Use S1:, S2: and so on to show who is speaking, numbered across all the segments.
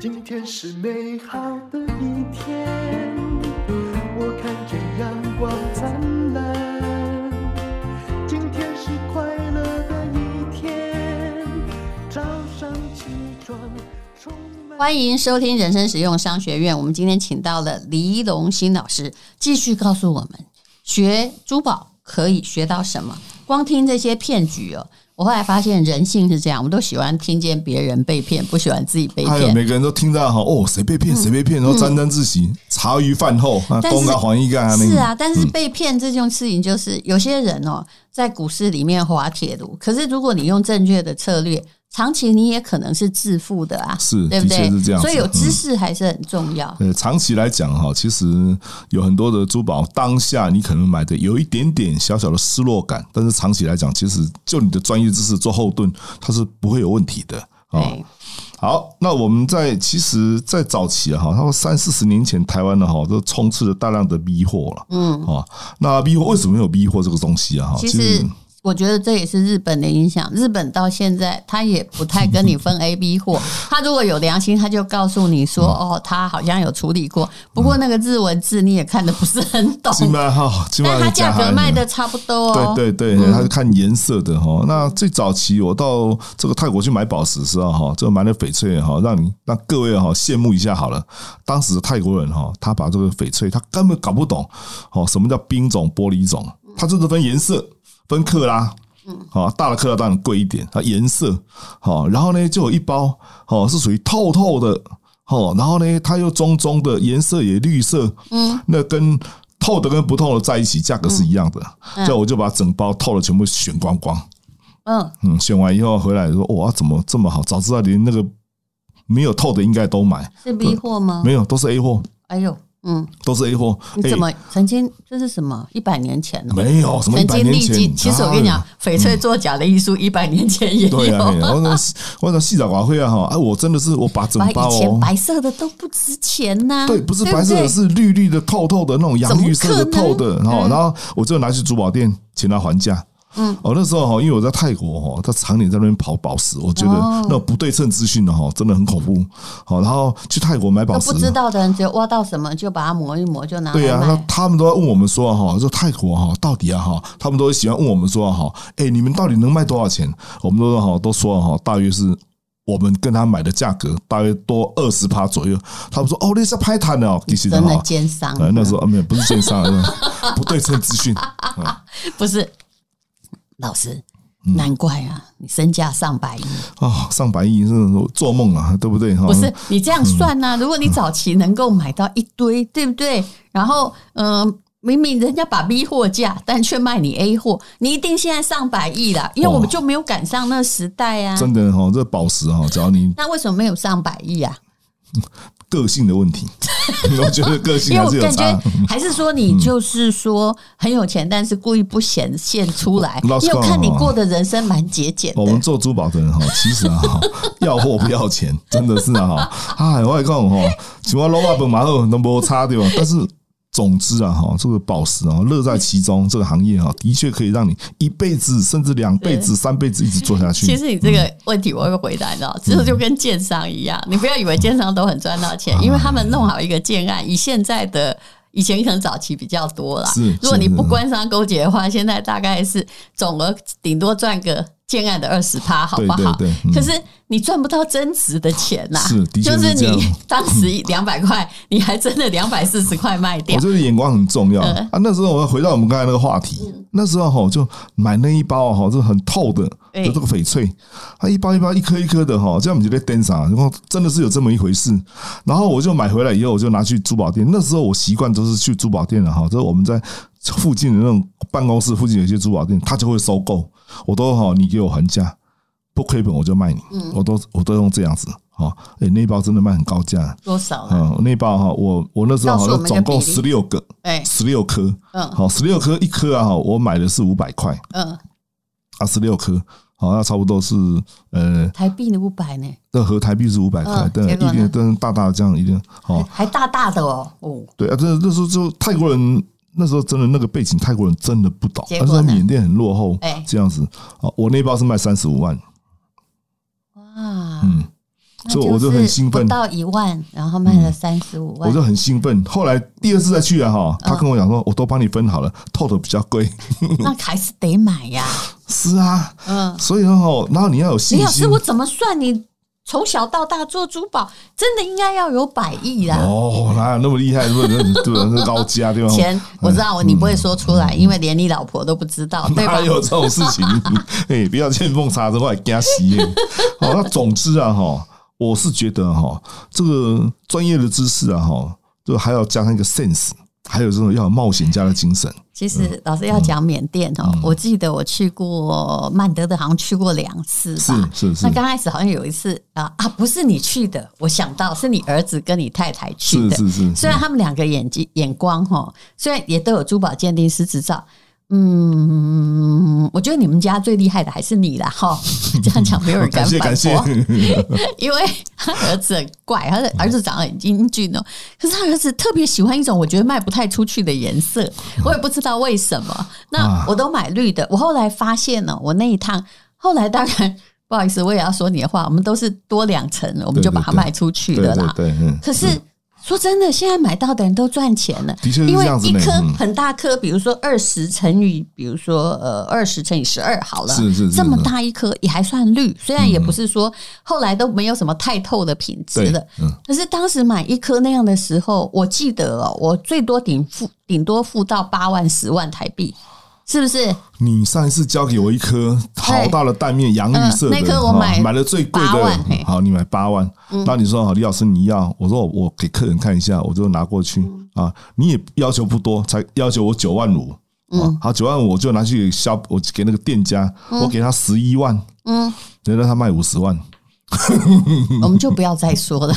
S1: 今天是美好的一天，我看见阳光灿烂。今天是快乐的一天，早上起床充满。
S2: 欢迎收听人生实用商学院。我们今天请到了黎龙新老师，继续告诉我们学珠宝可以学到什么。光听这些骗局哦，我后来发现人性是这样，我们都喜欢听见别人被骗，嗯不喜欢自己被
S3: 哎呦，
S2: 骗。
S3: 每个人都听到哈，哦，谁被骗，谁被骗，然后沾沾自喜，茶余饭后
S2: 嗯
S3: 啊，
S2: 但是
S3: 公告还一个啊，
S2: 是啊，但是被骗这件事情，就是有些人哦，在股市里面滑铁卢，可是如果你用正确的策略，长期你也可能是致富的啊，
S3: 是
S2: 对不
S3: 的
S2: 对？
S3: 确是这样子
S2: 所以有知识还是很重要。
S3: 呃，长期来讲哈，其实有很多的珠宝，当下你可能买的有一点点小小的失落感，但是长期来讲，其实就你的专业知识做后盾，它是不会有问题的啊。
S2: 对，
S3: 好，那我们在其实，在早期啊哈，他们三四十年前，台湾的哈都充斥着大量的逼货了，嗯，哦，那逼货为什么有逼货这个东西啊？哈，
S2: 其实哦我觉得这也是日本的影响。日本到现在，他也不太跟你分 A、B 货。他如果有良心，他就告诉你说：“
S3: 嗯
S2: 哦，他好像有处理过。”不过那个日文字你也看得不是很懂，
S3: 金麦哈，金麦
S2: 但它
S3: 的
S2: 价
S3: 加
S2: 格
S3: 海
S2: 卖的差不多哦。
S3: 对对对，它是看颜色的哈。那最早期我到这个泰国去买宝石的时候哈，这个买了翡翠哈，让你让各位哈羡慕一下好了。当时的泰国人哈，他把这个翡翠他根本搞不懂哦，什么叫冰种、玻璃种，它真的分颜色、分克拉。啊，大的克拉当然贵一点，它颜色好，然后呢就有一包哦，是属于透透的哦，然后呢它又棕棕的，颜色也绿色，嗯，那跟透的跟不透的在一起，价格是一样的，所以我就把整包透的全部选光光，
S2: 嗯，
S3: 嗯，选完以后回来说，哇，怎么这么好？早知道连那个没有透的应该都买，
S2: 是 B 货吗？
S3: 没有都是 A 货，
S2: 哎呦，嗯，
S3: 都是 A 货，
S2: 你
S3: 哎
S2: 怎么曾经这是什么？一百年前哦
S3: 没有什么一
S2: 曾
S3: 百
S2: 经
S3: 年
S2: 历经，
S3: 前？
S2: 其实我跟你讲
S3: 哎，
S2: 翡翠作假的艺术一百年前也
S3: 对啊，
S2: 有。
S3: 哎我讲我讲细仔寡会啊哈，哎，我真的是我把整
S2: 把
S3: 包
S2: 以前
S3: 哦。
S2: 白色的都不值钱呐、
S3: 对，不是
S2: 嗯对
S3: 白色的，
S2: 对
S3: 是绿绿的、透透的那种洋芋色的
S2: 怎么
S3: 透
S2: 可
S3: 的，
S2: 能
S3: 然
S2: 嗯
S3: 后然后我就拿去珠宝店请他还价。嗯，哦，那时候哈，因为我在泰国哈，他常年在那边跑宝石，我觉得
S2: 哦
S3: 那种不对称资讯的哈，真的很恐怖。好，然后去泰国买宝
S2: 都
S3: 石
S2: 不，知道的人，只有挖到什么就把它磨一磨，就拿来
S3: 对
S2: 卖。
S3: 呀、那他们都在问我们说哈，说泰国哈到底啊哈，他们都喜欢问我们说哈，哎，你们到底能卖多少钱？我们都说哈，都说哈，大约是。我们跟他买的价格大约多二十趴左右，他们说哦，那是拍摊的哦，其实
S2: 真的
S3: 哈
S2: 奸商。
S3: 哎，那时候啊，没有，不是奸商，那不对称资讯。啊
S2: 不是老师，
S3: 嗯
S2: 难怪啊，你身价上百亿，
S3: 哦，上百亿是做梦啊，对不对？哈
S2: 不是你这样算呐、如果你早期能够买到一堆，对不对？然后，嗯、明明人家把 B 货价，但却卖你 A 货，你一定现在上百亿啦，因为我们就没有赶上那时代啊。
S3: 真的哈，这宝石哈，只要你
S2: 那为什么没有上百亿啊？
S3: 个性的 问题，我觉得个性
S2: 因为
S3: 还
S2: 我
S3: 是有
S2: 感
S3: 差
S2: 觉。 还是说你就是说很有钱，但是故意不显现出来。
S3: 老实
S2: 因为我
S3: 讲
S2: 看你
S3: 哦
S2: 过的人生蛮节俭
S3: 我们
S2: 的，
S3: 做珠宝的人哈，其实啊，哈要货不要钱，真的是啊哈。哎，我来讲哈，请问罗马本马后能不能差对吧？但是总之啊哈，这个宝石啊，乐在其中这个行业啊，的确可以让你一辈子甚至两辈子、三辈子一直做下去。
S2: 其实你这个问题我会回答，你知道，这就跟建商一样，你不要以为建商都很赚到钱，
S3: 嗯
S2: 因为他们弄好一个建案，以现在的。以前可能早期比较多啦
S3: 是，
S2: 如果你
S3: 是
S2: 不
S3: 是
S2: 官商勾结的话，现在大概是总额顶多赚个建案的二十趴，好不好？
S3: 对对对嗯
S2: 可是你赚不到增值的钱呐、
S3: 是的确
S2: 就是是
S3: 这样嗯
S2: 你当时两百块， 你还真的两百四十块卖掉
S3: 我。觉得哦眼光很重要、
S2: 嗯
S3: 啊。那时候我要回到我们刚才那个话题，那时候哈就买那一包哈，就很透的
S2: 哎
S3: 的这个翡翠，啊它一包一包一颗一颗的哈，这样我们就在登上，然后真的是有这么一回事。然后我就买回来以后，我就拿去珠宝店。那时候我习惯都是去珠宝店了哈，就是我们在附近的那种办公室附近有一些珠宝店，他就会收购，我都哈你给我还价。不亏本我就卖你，
S2: 嗯
S3: 我都我都用这样子哦。哎、那一包真的卖很高价，
S2: 多少啊？
S3: 嗯，那一包哈，我我那时
S2: 告
S3: 候好
S2: 诉我们
S3: 像
S2: 一个
S3: 总共
S2: 比例
S3: 十六个，
S2: 哎、
S3: 十六颗，
S2: 嗯
S3: 好，十六颗一颗啊，我买的是五百块
S2: 嗯，
S3: 啊，十六颗，好，那差不多是呃，
S2: 台币五百呢，
S3: 这合台币是五百块
S2: 嗯，
S3: 但
S2: 结
S3: 一
S2: 果呢嗯
S3: 定但是大大这样一定
S2: 还
S3: 哦，
S2: 还大大的哦，哦，
S3: 对啊，这那时候就泰国人。那时候真的那个背景，泰国人真的不懂，
S2: 结
S3: 但
S2: 果
S3: 是
S2: 呢
S3: 缅甸很落后
S2: 哎，
S3: 这样子。哦，我那一包是卖三十五万，
S2: 哇，
S3: 嗯，
S2: 那
S3: 所以我
S2: 是
S3: 就很兴奋嗯
S2: 不，到一万，然后卖了三十五万
S3: 我就，很兴奋。后来第二次再去啊哈，
S2: 嗯
S3: 他跟我讲说，我都帮你分好了，透的比较贵。
S2: 那还是得买呀。
S3: 是啊，
S2: 嗯，
S3: 所以哦，然后你要有
S2: 李
S3: 信
S2: 老师，
S3: 心。
S2: 我怎么算你从小到大做珠宝，真的应该要有百亿啦。
S3: 哦，哪有那么厉害？是不是？对吧？那高家对吧？
S2: 钱我知道，我你不会说出来，因为连你老婆都不知道，对吧
S3: 嗯 哪？有这种事情？ 哎，不要见缝插针，我还惊死耶！好，那总之啊，哈，我是觉得哈，这个专业的知识啊，哈，就还要加上一个 sense，还有这种要有冒险家的精神。
S2: 其
S3: 嗯
S2: 实老师要讲缅甸哦，我记得我去过曼德的，好像去过两次
S3: 是
S2: 吧。
S3: 是是
S2: 啊那刚开始好像有一次啊啊，不是你去的，我想到是你儿子跟你太太去
S3: 是
S2: 的。
S3: 是是，
S2: 虽然他们两个眼睛眼光哈，虽然也都有珠宝鉴定师执照，嗯，我觉得你们家最厉害的还是你啦 哈。这样讲没有人敢
S3: 感谢
S2: 反
S3: 感谢，
S2: 驳， 因为 他儿子很怪，他的儿子长得很英俊哦，可是他儿子特别喜欢一种我觉得卖不太出去的颜色，我也不知道为什么。那
S3: 啊
S2: 我都买绿的，我后来发现呢，我那一趟后来当然 不好意思，我也要说你的话，我们都是多两层，我们就把它
S3: 对对对
S2: 卖出去
S3: 对
S2: 的
S3: 对
S2: 啦。
S3: 对，嗯，
S2: 可是说真的，现在买到的人都赚钱了，
S3: 的确是
S2: 因
S3: 这
S2: 为
S3: 样子
S2: 一
S3: 呢。
S2: 颗
S3: 嗯
S2: 很大颗，比如说二十乘以，比如说呃二十乘以十二好了，
S3: 是是是嗯
S2: 这么大一颗也还算绿，虽然也不是说后来都没有什么太透的品质
S3: 对
S2: 了，，
S3: 嗯，
S2: 可是当时买一颗那样的时候，我记得哦，我最多顶付顶多付到八万十万台币，是不是？
S3: 你上一次交给我一颗好大的蛋面，洋芋色的，
S2: 嗯那颗我
S3: 哈
S2: 买
S3: 买了最贵
S2: 八万嘿嗯
S3: 的，好，你买八万，然后你说好，李老师你要，我说我给客人看一下，我就拿过去啊，你也要求不多，才要求我九万五。
S2: 嗯
S3: 啊，好，九万五我就拿去给销，我给那个店家，我给他十一万，
S2: 嗯，
S3: 人家他卖五十万，嗯
S2: 我们就不要再说 了。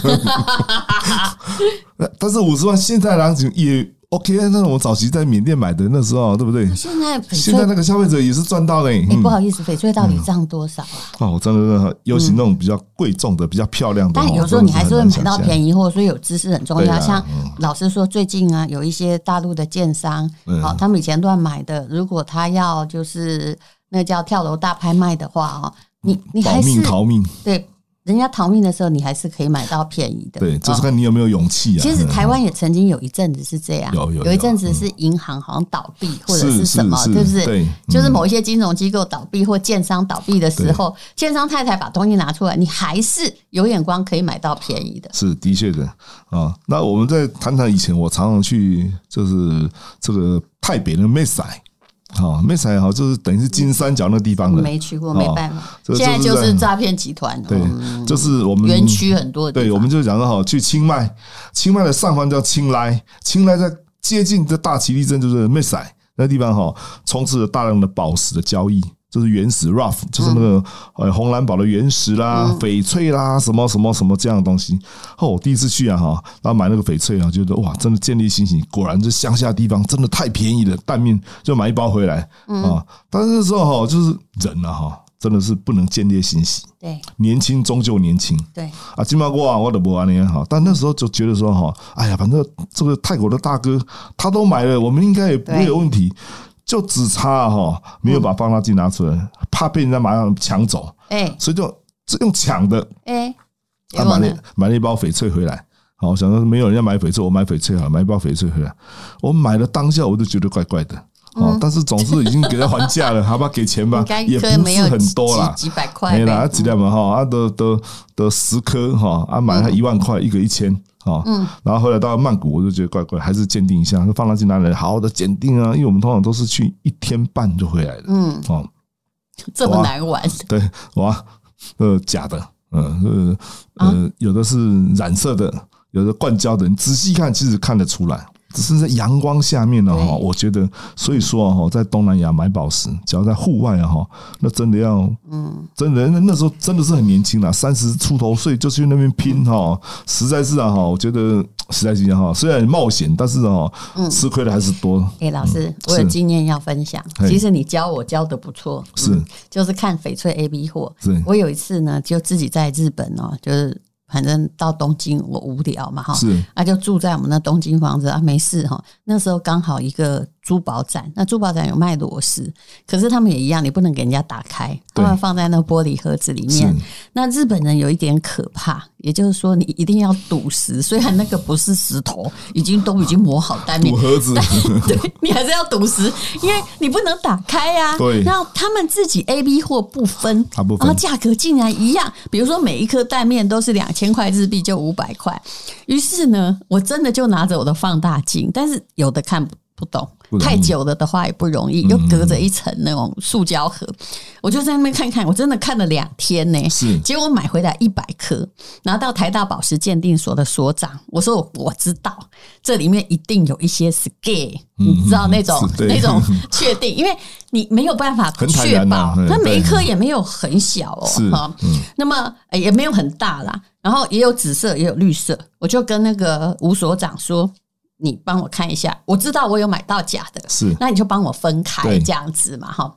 S3: 那但是五十万现在来讲也 OK，那我早期在缅甸买的那时候，对不对？
S2: 现在翡翠
S3: 现在那个消费者也是赚到嘞，
S2: 哎
S3: 嗯
S2: 不好意思，翡翠到底涨多少啊？
S3: 哦，我真的是很，尤其那种比较贵重的、比较漂亮的哦，
S2: 嗯但有时候你还是会买到
S3: 宜。
S2: 便宜货，所以有知识很重
S3: 对
S2: 要。
S3: 啊
S2: 像
S3: 嗯
S2: 老师说，最近啊，有一些大陆的建商，
S3: 嗯
S2: 好，他们以前乱买的，如果他要就是那叫跳楼大拍卖的话哦，你你
S3: 嗯保
S2: 还是
S3: 命逃命，
S2: 对人家逃命的时候，你还是可以买到便宜的。
S3: 对，
S2: 哦
S3: 就是看你有没有勇气啊。
S2: 其实
S3: 嗯
S2: 台湾也曾经有一阵子是这样，
S3: 有
S2: 一
S3: 有有
S2: 阵子是银行好像倒闭或者
S3: 是
S2: 是什么，
S3: 是是
S2: 对不是？
S3: 对
S2: 就是
S3: 嗯
S2: 某一些金融机构倒闭或建商倒闭的时候，建商太太把东西拿出来，你还是有眼光可以买到便宜的。
S3: 是的确的啊。那我们再谈谈以前，我常常去就是这个泰北的妹塞，啊，妹塞哈，就是等于是金三角那个地方的，
S2: 没去过，
S3: 哦
S2: 没办法，
S3: 这
S2: 现在
S3: 就是
S2: 就是
S3: 在
S2: 诈骗集团，
S3: 对
S2: 嗯，
S3: 就是我们
S2: 园区很多的地
S3: 对，
S2: 方
S3: 我们就讲到哈，去清迈，清迈的上方叫清莱，清莱在接近这大其力镇，就是妹塞那地方哈，充斥着大量的宝石的交易。就是原石 rough，就是那个呃红蓝宝的原石啦、翡翠啦，什么什么什么这样的东西。哦，我第一次去啊哈，然后买那个翡翠啊，觉得哇，真的建立信心。果然这乡下地方真的太便宜了，蛋面就买一包回来啊。但是那时候哈，就是人啊哈，真的是不能建立信心，
S2: 对
S3: 年轻终究年轻。
S2: 对，
S3: 啊，金毛过啊，我都不安尼好。但那时候就觉得说哈，哎呀，反正这个泰国的大哥他都买了，我们应该也不会有问题。就只差哈，没有把放大镜拿出来，怕被人家马上抢走，
S2: 哎
S3: 所以就就用抢的，
S2: 哎，结
S3: 他
S2: 果
S3: 买
S2: 呢
S3: 了？买了一包翡翠回来。好，我想说没有人要买翡翠，我买翡翠好了，买一包翡翠回来。我买了当下我就觉得怪怪的。哦，但是总是已经给他还 价了，好吧，给钱吧
S2: 嗯应，该
S3: 也
S2: 可
S3: 不
S2: 没
S3: 是
S2: 有
S3: 很
S2: 几
S3: 多啦，嗯
S2: 几几百块呗，
S3: 没啦，几两嘛哈，啊得得得十颗哈，啊买了一万块，一个一千啊，嗯，然后后来到曼谷，我就觉得怪怪，还是鉴定一下，就放到进来了，好好的鉴定啊，因为我们通常都是去一天半就回来了，
S2: 嗯，
S3: 哦，
S2: 这么难玩，
S3: 对，哇，呃，假的，嗯
S2: 啊
S3: 呃呃，有的是染色的，有的灌胶的，你仔细看其实看得出来。只是在阳光下面呢，哈，
S2: 对
S3: 我觉得，所以说哈，在东南亚买宝石，只要在户外啊，哈，那真的要
S2: 嗯，
S3: 真的，那那时候真的是很年轻啦，三十出头岁就去那边拼哈，实在是啊哈，我觉得实在是这样哈，虽然冒险，但是哦，
S2: 嗯
S3: 吃亏的还是多。
S2: 哎，老师，我有
S3: 嗯是
S2: 经验要分享。
S3: 嘿
S2: 其实你教我教的不错，
S3: 是
S2: 嗯就是看翡翠 A B 货
S3: 是。
S2: 我有一次呢，就自己在日本哦，就是反正到东京我无聊嘛哈，
S3: 是
S2: 啊就住在我们那东京房子啊，没事哈。那时候刚好一个珠宝展，那珠宝展有卖螺丝，可是他们也一样，你不能给人家打开，他
S3: 对
S2: 们放在那玻璃盒子里面
S3: 是。
S2: 那日本人有一点可怕，也就是说你一定要赌石，虽然那个不是石头，已经都已经磨好单面
S3: 赌，盒 子，
S2: 对你还是要赌石，因为你不能打开呀、
S3: 对
S2: 然后他们自己 A、B 货不分，
S3: 它不分
S2: 然后价格竟然一样。比如说每一颗蛋面都是两千块日币，就五百块。于是呢，我真的就拿着我的放大镜，但是有的看不。不懂
S3: 不，容易
S2: 太久了的话也不容易，又隔着一层那种塑胶盒，我就在那边看看，我真的看了两天呢、
S3: 是
S2: 结果买回来一百颗，拿到台大宝石鉴定所的所长，我说我我知道这里面一定有一些 scare，、你知道那种
S3: 嗯是对
S2: 那 种确定，因为你没有办法
S3: 很坦
S2: 确
S3: 然
S2: 保
S3: 啊，嗯
S2: 它每一
S3: 对
S2: 颗也没有很小哦
S3: 是，
S2: 哈
S3: 嗯
S2: 那么呃也没有很大啦，然后也有紫色，也有绿色，我就跟那个吴所长说。你帮我看一下，我知道我有买到假的，
S3: 是
S2: 那你就帮我分开
S3: 对
S2: 这样子嘛，哈。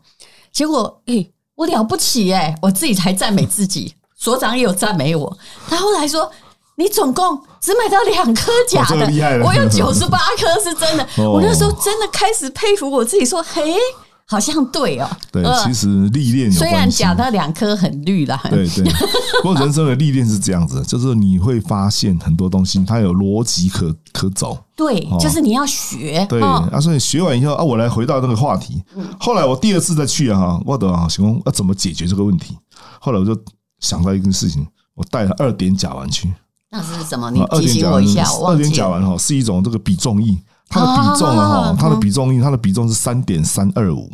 S2: 结果，诶、我了不起诶、我自己还赞美自己，所长也有赞美我。他后来说，你总共只买到两颗假
S3: 哦这
S2: 的，
S3: 个厉害了
S2: 我有九十八颗是真的。
S3: 哦
S2: 我那时候真的开始佩服我自己，说，嘿，好像对哦。
S3: 对，
S2: 呃
S3: 其实历练有
S2: 虽然
S3: 关系。
S2: 假的两颗很绿啦，
S3: 对对，不过人生的历练是这样子，就是你会发现很多东西，它有逻辑可可走。
S2: 对，就是你要学
S3: 哦对，
S2: 哦嗯
S3: 啊，所以学完以后啊，我来回到那个话题。后来我第二次再去啊，哈，我的啊，想讲要怎么解决这个问题。后来我就想到一件事情，我带了二碘甲烷去。
S2: 那是什么？你
S3: 啊，二
S2: 提
S3: 碘
S2: 醒
S3: 甲
S2: 我一下，
S3: 烷，
S2: 我
S3: 二
S2: 忘
S3: 碘
S2: 记
S3: 甲
S2: 了。
S3: 烷哈是一种这个比重液，它的比重啊
S2: 啊
S3: 哈，它的比重液，它的比重是三点三二五。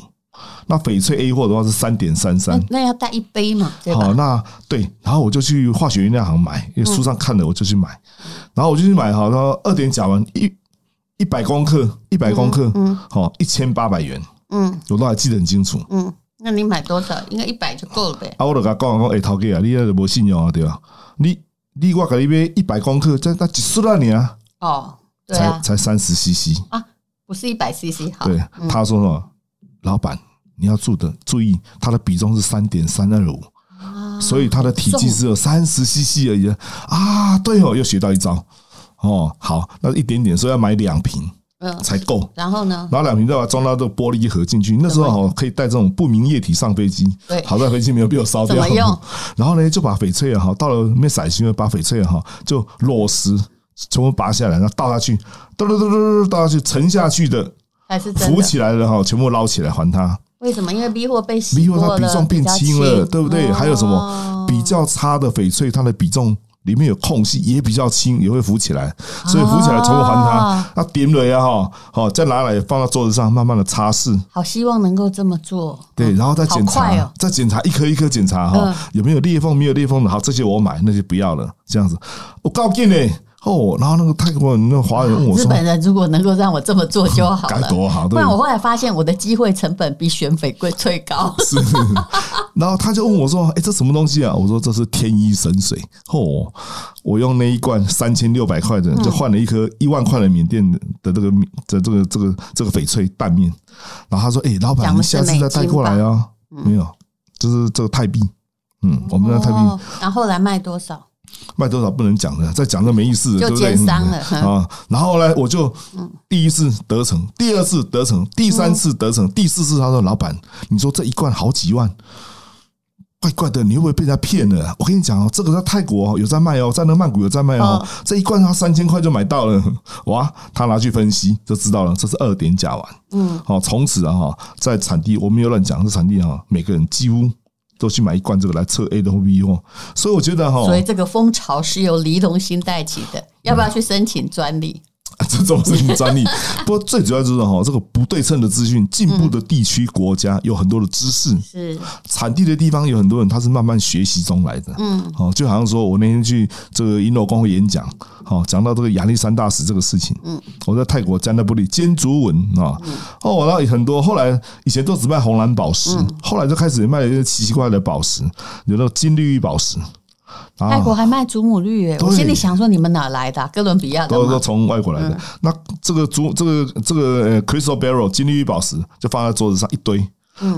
S3: 那翡翠 A 货的话是三点三
S2: 那
S3: 三，
S2: 那要带一杯嘛，对
S3: 嗯好，
S2: 吧？
S3: 那对，然后我就去化学原料行买，因为书上看了我就去买，然后我就去买好，然后二碘甲烷一一百公克，一百公克，好一千八百元，
S2: 嗯
S3: 我都还记得很清楚。
S2: 嗯，那你买多少？应该一百就够了呗。
S3: 啊，我就甲讲讲，哎、头家啊，你那个无信用啊，对吧？你你我给你买一百公克，才那几十万啊，
S2: 哦，对
S3: 才
S2: 啊，
S3: 才三十 CC，
S2: 啊，不是一百 CC 好，
S3: 对，他说什么？老板，你要注的注意，它的比重是三点三二五，
S2: 啊
S3: 所以它的体积只
S2: 哦
S3: 有三十 CC 而已啊啊！对哦，又学到一招哦。好，那一点点，所以要买两瓶
S2: 嗯，
S3: 才够。
S2: 然后呢？
S3: 拿两瓶再把它装到这个玻璃盒进去。那时候哦，可以带这种不明液体上飞机
S2: 对，
S3: 好在飞机没有被我烧掉
S2: 怎么用。
S3: 然后呢，就把翡翠啊哈，到了没色星了，把翡翠啊哈就落实，全部拔下来，然后倒下去，倒倒倒倒倒下去，沉下去的
S2: 还是真
S3: 浮
S2: 的？
S3: 起来的哈，全部捞起来还他。
S2: 为什么？因为 B 货被洗
S3: V 货
S2: 过
S3: 它比重变
S2: 比较
S3: 轻了，对不对？
S2: 哦
S3: 还有什么比较差的翡翠，它的比重里面有空隙，也比较轻，也会浮起来，
S2: 啊
S3: 所以浮起来重复还
S2: 哦
S3: 它。那点了呀哈，好再拿来放到桌子上，慢慢的擦拭，
S2: 好希望能够这么做。
S3: 对，然后再检
S2: 嗯好快
S3: 查
S2: 哦，
S3: 再检查一颗一颗检查哈
S2: 嗯，
S3: 有没有裂缝，没有裂缝的，好，这些我买，那些不要了，这样子。我告诫你哦，然后那个泰国人、那个华人问我
S2: 日
S3: 说，
S2: 本人如果能够让我这么做就好
S3: 该
S2: 了，
S3: 多好，
S2: 不
S3: 对
S2: 然
S3: 不
S2: 我
S3: 对？
S2: 后来发现我的机会成本比选翡贵最高。
S3: 是， 然后他就问我说：“哎、这什么东西啊？”我说：“这是天一神水。”哦，我用那一罐三千六百块的，
S2: 嗯
S3: 就换了一颗一万块的缅甸的这个的这个这个这个翡翠蛋面。然后他说：“哎、老板，
S2: 讲
S3: 你
S2: 的是
S3: 下次再带过来
S2: 美嗯
S3: 啊。”没有，就是这个泰币。嗯，我们的泰币
S2: 哦，然后来卖多少？
S3: 卖多少不能讲的，再讲就没意思了，
S2: 就
S3: 对不对？
S2: 奸商了嗯
S3: 嗯啊！然后呢，我就第一次得逞，第二次得逞，第三次得
S2: 嗯
S3: 逞，第四次他说：“老板，你说这一罐好几万。”怪怪的，你会不会被人家骗了啊？我跟你讲哦，这个在泰国哦有在卖哦，在那曼谷有在卖哦，
S2: 嗯
S3: 这一罐他三千块就买到了， 哇！他拿去分析就知道了，这是二碘甲烷。
S2: 嗯，
S3: 好，从此啊哈，在产地我没有乱讲，这产地哈，每个人几乎都去买一罐这个来测 A 的或 B 货，所以我觉得哦哈，
S2: 所以这个风潮是由黎龙新带起
S3: 嗯
S2: 的，要不要去申请专利？
S3: 啊这种事情专利。 不过最主要就是哈，这个不对称的资讯，进步的地区国家有很多的知识，
S2: 是，
S3: 产地的地方有很多人他是慢慢学习中来的。
S2: 嗯，
S3: 哦，就好像说我那天去这个银楼公会演讲，哦，讲到这个亚历山大使这个事情，嗯，我在泰国加那布里尖竹纹啊，
S2: 嗯
S3: 哦，我那很多后来以前都只卖红蓝宝石，
S2: 嗯
S3: 后来就开始卖一些奇奇怪怪的宝石，有那个金绿玉宝石，然后
S2: 泰国还卖祖母绿耶！
S3: 啊对
S2: 我心里想说，你们哪来的啊、哥伦比亚的
S3: 都都
S2: 吗？
S3: 从外国来的。
S2: 嗯
S3: 那这个珠，这个这个呃 crystal barrel 金绿玉宝石就放在桌子上一堆。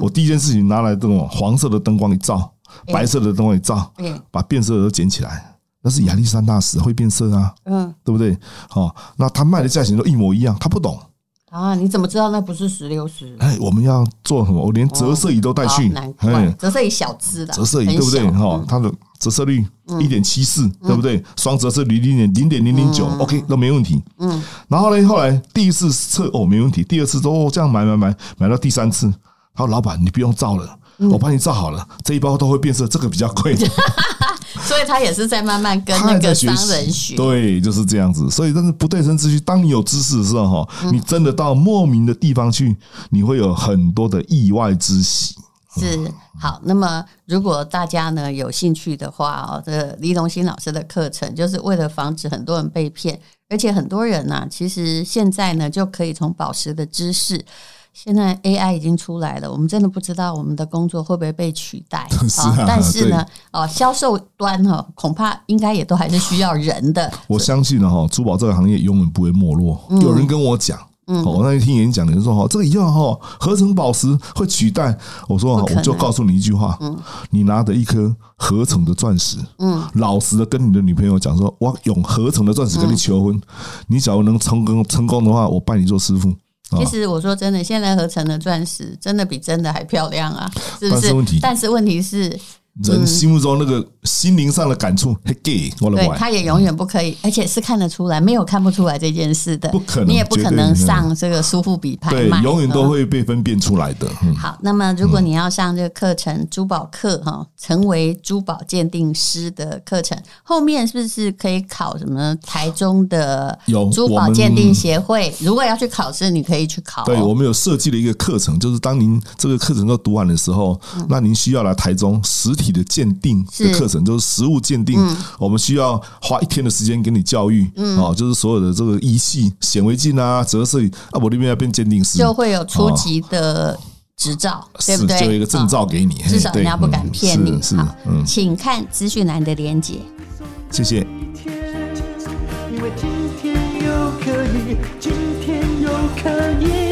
S3: 我第一件事情拿来这种黄色的灯光一照，
S2: 嗯哎
S3: 白色的灯光一照，
S2: 对，
S3: 把变色的都捡起来。那是亚历山大石会变色啊，
S2: 嗯，
S3: 对不对？哦，那他卖的价钱都一模一样，他不懂。
S2: 啊，你怎么知道那不是石榴石？
S3: 哎，我们要做什么？我连折射仪都带去
S2: 哦难，怪
S3: 哎，
S2: 折射仪小只的，
S3: 折射仪
S2: 很
S3: 对不对？
S2: 小嗯
S3: 哈，它的折射率一点七四，对不对？双折射率零点零点零零
S2: 嗯
S3: 九，OK 都没问题。嗯，然后呢，后来第一次测哦没问题，第二次都哦这样买买买，买到第三次，他说老板你不用照了。
S2: 嗯
S3: 我帮你照好了，这一包都会变色，这个比较贵。
S2: 所以他也是在慢慢跟
S3: 他
S2: 那
S3: 还在
S2: 个
S3: 学
S2: 商
S3: 习
S2: 人学。
S3: 对，就是这样子。所以，但是不对称秩序，当你有知识的时候，哈，
S2: 嗯
S3: 你真的到莫名的地方去，你会有很多的意外之喜。
S2: 是好，那么如果大家呢有兴趣的话哦，这个李龙新老师的课程就是为了防止很多人被骗，而且很多人呢、其实现在呢就可以从宝石的知识。现在 AI 已经出来了，我们真的不知道我们的工作会不会被取代
S3: 是啊
S2: 但是呢，哦，销售端哈、哦，恐怕应该也都还是需要人的。
S3: 我相信了哈，珠宝这个行业永远不会没落。
S2: 嗯
S3: 有人跟我讲。哦，那一听演讲的人说哦哈，这个以后哈，合成宝石会取代。我说哈
S2: 不可，能嗯
S3: 我就告诉你一句话，你拿着一颗合成的钻石，嗯，老实的跟你的女朋友讲说，我用合成的钻石跟你求
S2: 嗯
S3: 婚，你假如能成功成功的话，我拜你做师傅。啊
S2: 其实我说真的，现在合成的钻石真的比真的还漂亮啊，是不
S3: 但是问题
S2: 是？但是问题是，
S3: 人心目中那个心灵上的感触，嘿给我的
S2: 对，
S3: 玩，嗯
S2: 他也永远不可以，而且是看得出来，没有看不出来这件事的，
S3: 不可能
S2: 你也不可能
S3: 绝对
S2: 上这个苏富比拍
S3: 对
S2: 卖，，
S3: 永远都
S2: 嗯
S3: 会被分辨出来的。嗯，
S2: 好，那么如果你要上这个课程，珠宝课哈，成为珠宝鉴定师的课程，后面是不是可以考什么台中的
S3: 有
S2: 珠
S3: 我
S2: 宝
S3: 们
S2: 鉴定协会？如果要去考试，你可以去考哦。
S3: 对，我们有设计了一个课程，就是当您这个课程都读完的时候，那您需要来台中实体的鉴定的
S2: 是
S3: 课程，就是实物鉴定，我们需要花一天的时间给你教育，哦，就是所有的这个仪器、显微镜啊、折射仪啊，我那边要变鉴定师，
S2: 就会有初级的执照，对不
S3: 哦是
S2: 对？
S3: 就有一个证照
S2: 哦
S3: 给你，嘿
S2: 至少人家不敢骗你
S3: 对嗯。是，是
S2: 好，
S3: 嗯，
S2: 请看资讯栏的连接。
S3: 谢谢。
S1: 一天，因为今天又可以，今天又可以。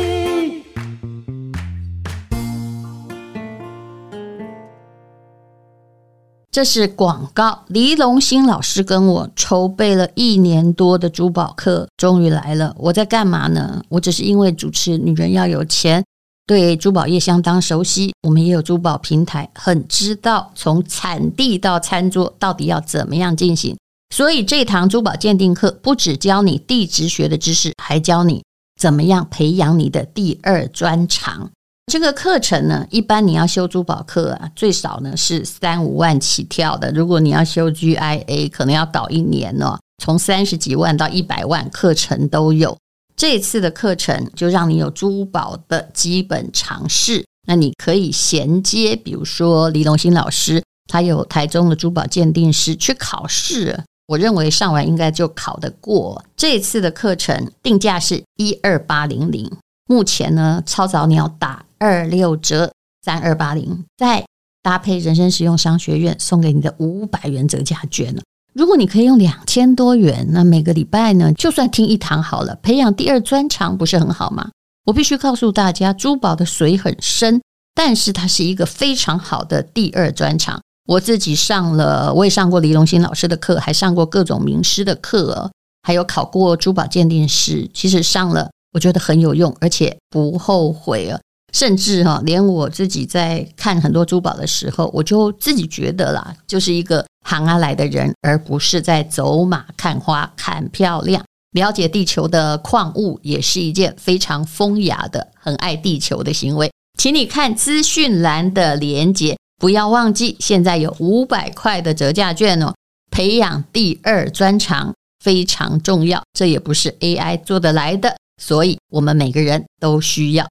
S2: 这是广告。黎龙兴老师跟我筹备了一年多的珠宝课，终于来了。我在干嘛呢？我只是因为主持《女人要有钱》，对珠宝业相当熟悉。我们也有珠宝平台，很知道从产地到餐桌到底要怎么样进行。所以这堂珠宝鉴定课不只教你地质学的知识，还教你怎么样培养你的第二专长。这个课程呢，一般你要修珠宝课啊，最少呢是三五万起跳的。如果你要修 GIA，可能要搞一年哦，从三十几万到一百万课程都有。这次的课程就让你有珠宝的基本常识，那你可以衔接，比如说黎龙兴老师，他有台中的珠宝鉴定师去考试。我认为上完应该就考得过。这次的课程定价是一二八零零，目前呢，超早鸟打二六折，三二八零，再搭配人生实用商学院送给你的五百元折价券呢。如果你可以用两千多元，那每个礼拜呢，就算听一堂好了，培养第二专长不是很好吗？我必须告诉大家，珠宝的水很深，但是它是一个非常好的第二专长。我自己上了，我也上过黎龙兴老师的课，还上过各种名师的课哦、还有考过珠宝鉴定师，其实上了，我觉得很有用，而且不后悔啊。甚至哈、连我自己在看很多珠宝的时候，我就自己觉得啦，就是一个行啊来的人，而不是在走马看花、看漂亮。了解地球的矿物也是一件非常风雅的、很爱地球的行为。请你看资讯栏的连接，不要忘记，现在有五百块的折价券哦。培养第二专长非常重要，这也不是 AI 做得来的，所以我们每个人都需要。